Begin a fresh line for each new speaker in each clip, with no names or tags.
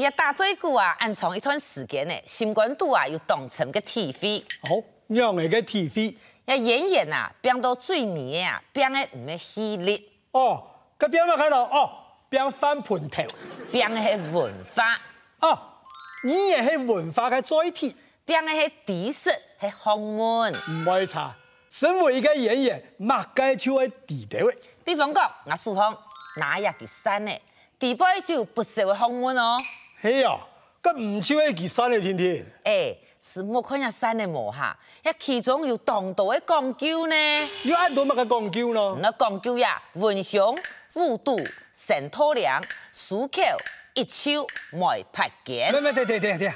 呀，大嘴骨啊，暗藏一段时间呢，新冠度啊又当成个体肥，
好，讓我嘅 TV，
呀演员啊变到最迷啊，变得唔会犀利，
哦，佢邊個喺度？哦，邊翻盤頭，
变的系文化，
哦，你嘢係文化嘅載體，
变的系知识，系学问。
唔可以查。身為一個演員，擘街就係地道嘅。
比方讲，我苏芳哪一个山呢？地背就有不少的学问哦。
嘿呀，佢唔少係其山嘅天天。
诶，哎是莫看下山的无哈，呀其中有当道的讲究呢。
要按到乜嘅講究咯？
那讲究呀，文香、舞蹈、神土梁、漱口、一手、卖拍件
咩，咩停停停停，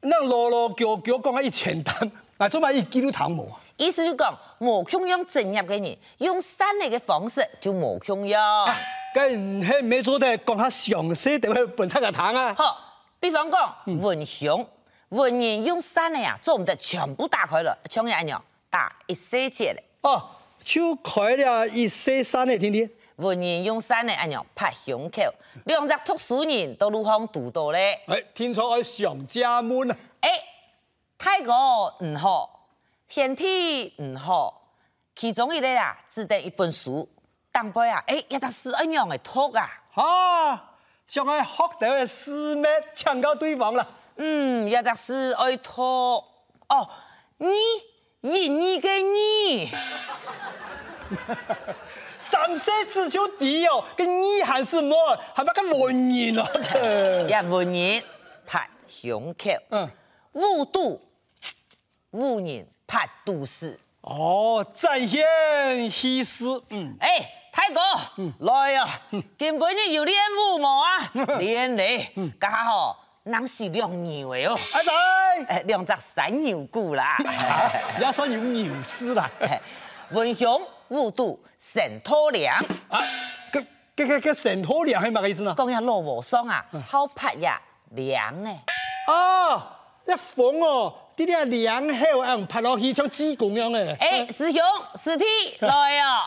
那羅羅叫叫講一千單，我做埋一記都談冇。
意思就讲，无穷用正入嘅人，用山里嘅方式就无穷用。
啊梗唔係唔係做得講下詳細，定係本他嘅談啊？
好，比方讲文香，文人用山的呀，做唔得全部打开了，像样样打一细节嘞。
哦，就開了一些山嘅天天。
文人用山的安样拍胸口，两只读书人都如何读到嘞？
哎，天楚我上家門啊！
诶、哎泰国唔好，天体唔好，其中一个啊，只得一本书，当杯啊，诶、一只是安样的托啊，
啊，上海學到嘅師妹搶到對方啦！
嗯，一只是爱托，哦，你以你嘅你，
三世只求敵哦，跟你還是麼？還不跟文人啊？
一文人拍胸口，
嗯，
雾度，雾人拍都市。
哦，展現氣勢，嗯，
哎、泰哥，来啊！根本你有练舞冇啊？练你，家下吼，人是两牛的哦，
阿仔，
哎，两只三牛股啦。
哎也算有牛師啦。
文雄、雾都、沈土良，
啊，個個個個神土娘係乜意思呢？
讲下落和尚啊，好拍呀，凉呢。
啊，一風哦，啲啲兩口啊，拍落去像雞公樣嘅，
哎、师兄、师弟，来啊！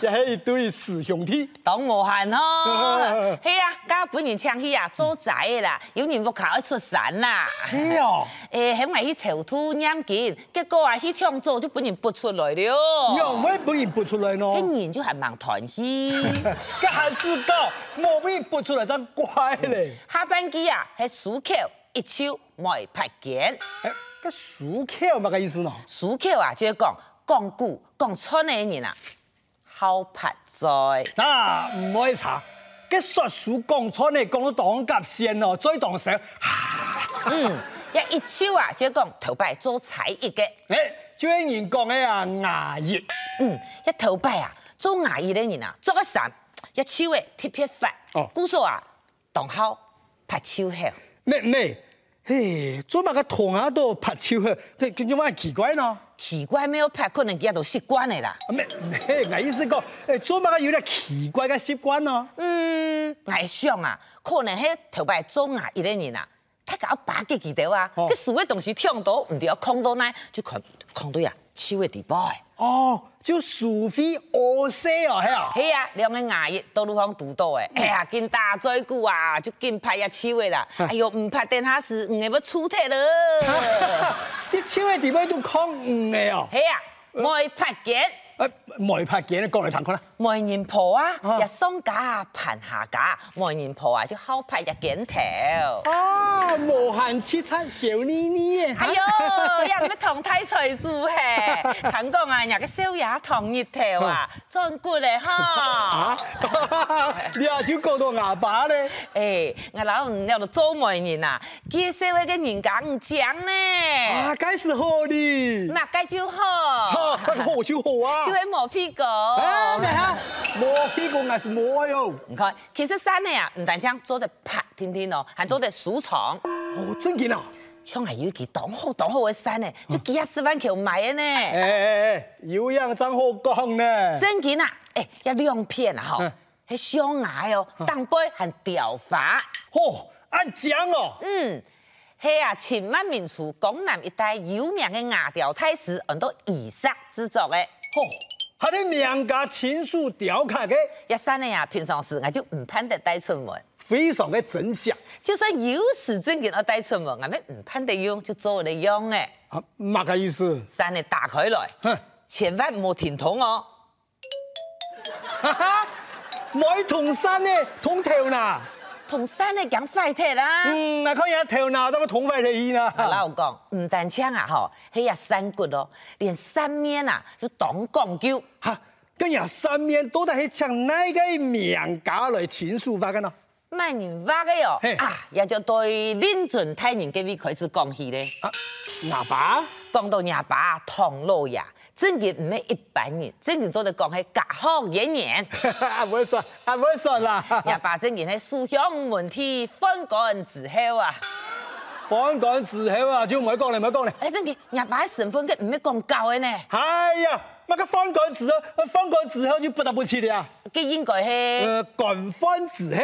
又係一對師兄弟。
当无限哦，嘿啊，家本人唱戏啊，做仔的啦，有人不考要出山啦。
哎呀！
诶，喺我去囚徒眼见，结果啊去抢做就本人不出来了。
有咩本人拔出来呢？
竟然就係盲團戲，
个韩世高，冇俾拔出来真乖嘞。
下半期啊係鼠口一手賣拍件，
哎，个鼠口嘛个意思呢？
鼠口啊就係講講古講穿的人啊，好拍在。
啊，唔可以查。个说鼠讲出嚟，讲到当甲先哦，再当上。
嗯，一一手啊就係講頭擺做彩一嘅，
哎，專人講嘅啊牙熱，
嗯，一頭擺啊做牙醫的人啊做個散，一手嘅貼撇法
哦，
故說啊當好拍手後。
咩咩？嘿，做乜個同下都拍超去？你咁樣奇怪呢？
奇怪沒有拍，可能人家都習慣的啦。
咩咩？我意思講，誒做乜個有啲奇怪嘅習慣呢？
嗯，我想啊，可能迄头摆做牙医的人啊，他搞把几记得啊，
哦
佮所有东西听到，唔对要看到呢，就看看到呀，手的地方的。
哦，就鼠非惡死哦，係啊。
嘿啊，两个牙医都如方拄到的，
嗯
哎呀，紧打嘴骨啊，就紧拍呀手的啦。
嗯
哎哟，唔拍电下时，唔会要出体 了。
啲超嘅地方都抗唔嘅哦，
嘿啊，爱拍件，
誒外拍件你過嚟談看啦。
卖人婆啊，
啊
日上架啊，盘下架，卖人婆啊，就好拍呀剪头。
啊，無限切出小呢呢嘅。
哎呦，呀，咩唐太才素嘿？唐講啊，人家個宵夜唐熱頭啊，真骨嘞哈！
嗯啊， 你阿少過到牙把咧，
誒，我老唔了就做媒人啊，介紹嗰個人家唔講呢，
啊，解是好哩。
哎那介就
啊，
好，
好就好啊
就。會磨屁股。
啊，你下，冇幾個牙是冇喲。
唔該，其實山呢啊，唔但將做得拍天天哦，還做得舒爽。
好真件啊！
像係有一支當好當好嘅山呢，
嗯
就幾啊十萬球買嘅呢。
誒誒誒，哎有樣真好講呢。
真件啊，哎、要亮片啊，吼
嗯，
迄象牙哦，当杯含雕花，
哦，按講哦，
嗯，迄啊，秦万民族江南一带有名的牙雕太师，按到艺术制作的。
哦，係你名家親屬雕刻嘅。
一山呢呀，平常时我就唔盼得带出门，
非常的真相。
就算有时正经要带出门，俺们唔盼得用就做得用诶。
啊，嘛个意思？
山你打开来，
哼，
千万莫停筒哦。
哈哈，买同山的同头呐，
同山你讲快铁啦。
嗯，那看人家头呐，怎么同外头伊呐？
老我讲，唔单枪啊吼，迄呀山骨哦，连山面啊就当讲究。
哈，跟人家三面都在去抢哪个名家来情书发个呢？
卖人挖个哟
嘿，
啊，也就对林准太人嘅位开始讲起咧，
啊，喇叭，
讲到廿八唐老爷，真嘅唔系一般人，真嘅做得讲系家好演 员。
啊， 不说，啊，不说啦，
廿八真嘅系思想问题翻干之后啊，
反港之后啊，就唔好讲咧，唔好讲咧。
哎真嘅廿八身份嘅唔系讲教嘅呢，
哎呀，那个翻港之后，翻港之后就不得不去的啊。
佢应该系
呃，港翻之后，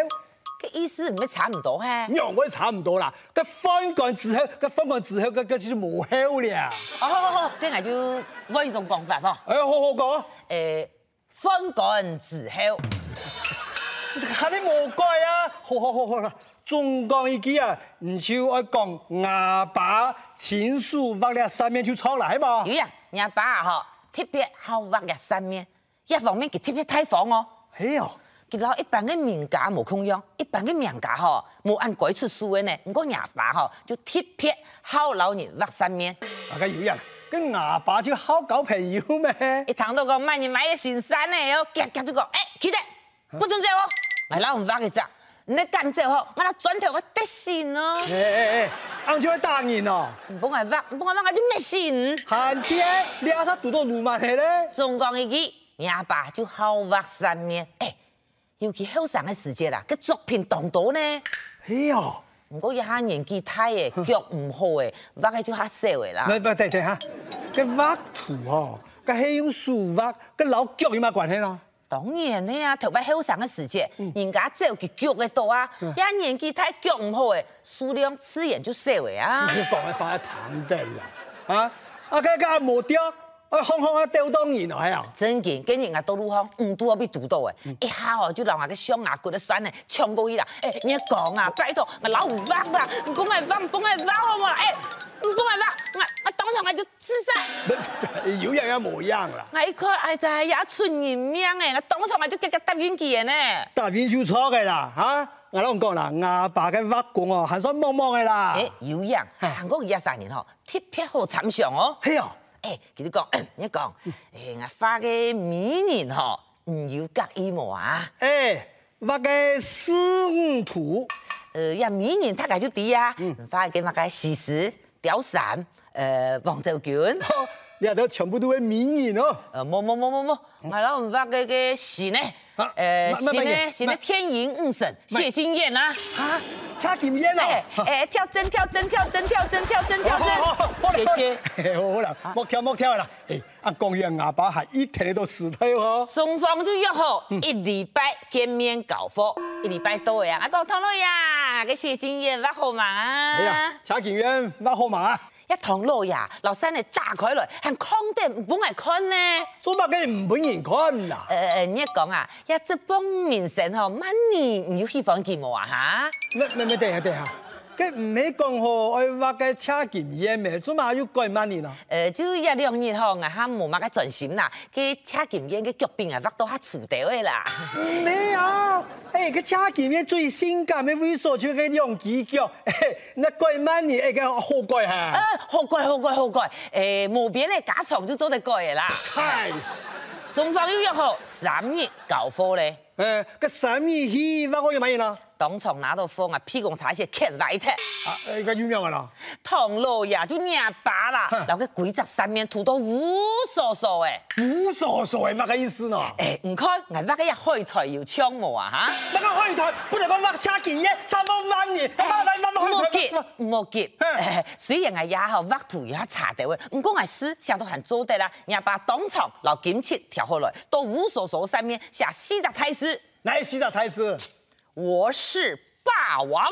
佢意思唔系差唔多嘿。
讓我差唔多啦。個翻港之後，個翻港之後，個個就無效咧。
哦，好好好，跟下就换一种讲法噃。
哎呀，好好講，
誒分干自後，
嚇你無怪啊！好好好好啦，中港一句啊，唔就愛講牙把錢數放咧上面就抄來嘛
有。人人爸嗬特別好挖嘅三面，一方面佢特別開放哦，
哎呦，
佢老一般嘅名家冇空用，一般嘅名家嗬冇按改出書嘅呢，唔過人爸嗬就特別好老人挖三面，
啊個有人，個牙把就好搞朋友咩？
一談到講買人買嘅新衫呢，哦，夾夾就講，誒、記得不准走哦，我老唔挖嘅咋，你咁走嗬，我拉轉頭我得線咯，
哎哎哎，俺就會打人哦。
唔幫我挖，唔幫我挖我啲咩線？
行車，你阿啥讀到路漫去咧？
中共一句，你阿爸就好挖三面。哎、尤其后生嘅时节啦，个作品当道呢。
哎呦！
唔过一下年纪大诶，脚唔好诶，挖嘅就较少诶啦。
唔唔，等等下，個畫圖哦，個係用樹畫，個老腳有乜啊關係咯？
当然咧啊，特别后生嘅时节，人家走佢脚嘅多啊，一下年纪大脚唔好诶，数量自然就少诶啊。
要講一翻一談得啦，啊啊，個個無掉，啊空空啊掉當然係啊，
真嘅，今日我到路巷，唔都要被堵到诶，一下哦就让我嘅小牙骨都酸诶，呛过伊啦。诶、你讲啊，拜托，我老唔挖啦，唔讲咪挖，唔讲咪挖好嘛？诶、唔讲咪挖，我我当场我就自杀。
有樣有模樣啦。
我一看，哎，就系一寸人命诶，我当场我就直接答应佢嘅呢。
答應就錯嘅啦，啊，我老講啦，阿爸嘅畫工哦，還算茫茫嘅啦。
诶、有样，韩国廿三年吼，特别好参详哦。
嘿哦，
诶、佢哋讲，你讲，诶、我花嘅美人吼，唔有隔衣毛啊。
誒，畫嘅四五圖，
呃，呀，明年大概就低呀，
嗯
嗯发给嘛个西施、吊伞，呃，王昭君，
哦你睇全部都係名人哦。
呃，么么么么么，我老唔发给个戏呢
嗯啊，
呃，
慢慢
戏
慢
呢，
慢
戏呢，
慢
天银五神
慢
谢金燕啊，
嚇，差咁遠
哎
啊！哦
哎，跳针跳针跳针跳针跳针跳针，姐姐，
姐，好啦，莫跳莫跳啦。誒，阿講完牙把係一睇到時睇喎。
双方就约好
嗯
一礼拜见面搞货，一礼拜多呀，啊，到头了呀，个谢金燕挖好嘛
哎
啊
呀，。查警员，那好忙啊！
一堂路呀，老三你炸开来，还空得唔本来看呢。
做乜嘅唔本人看啦？
呃呃，你講啊，一隻幫面神吼，乜你唔要喜歡見我啊嚇？
咩咩咩，等下等下，佢唔係講好愛畫嘅查警員咩？做乜要改乜人啊？
呃，就一兩年吼，我哈冇乜嘅專心啦，佢車劍煙嘅腳邊啊，挖到哈除掉嘅啦。
沒有，哎，個查警員最性感嘅猥瑣就係兩隻 腳，哎，那改乜人？哎，個好改
啊
哈。，
好怪好怪好怪，誒，無邊嘅假床就做得怪嘅啦。
係，
雙方要約好三日交貨咧，
誒，個三米戲畫我要乜人啊？
當場拿到貨啊，屁股擦血啃歪踢，
啊，哎，個有名啊啦。
唐老呀就廿八啦，然後佢鬼隻三面吐到烏索索嘅。
無所所謂，乜嘅意思呢？
誒，唔該，我挖嘅一開台要槍我啊嚇。
那個開台本來講畫查警員，差冇乜人，乜乜乜
唔好
乜開
急
台。，
唔好急。 雖然我也好畫圖也查到嘅，唔講我事，想到還做得啦。人把當場留檢切調好來，到無所所上面寫四隻台詞：
來洗澡台詞
我是霸王。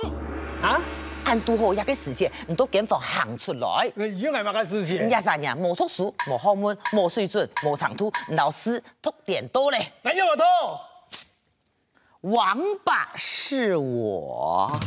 啊？
按拄好一個時間，唔到警方行出來。
你又係乜嘅事情
人？家哎啥人冇讀書、冇學問、冇水準、冇長度，老師讀點多咧。
你有冇多？
王八是我。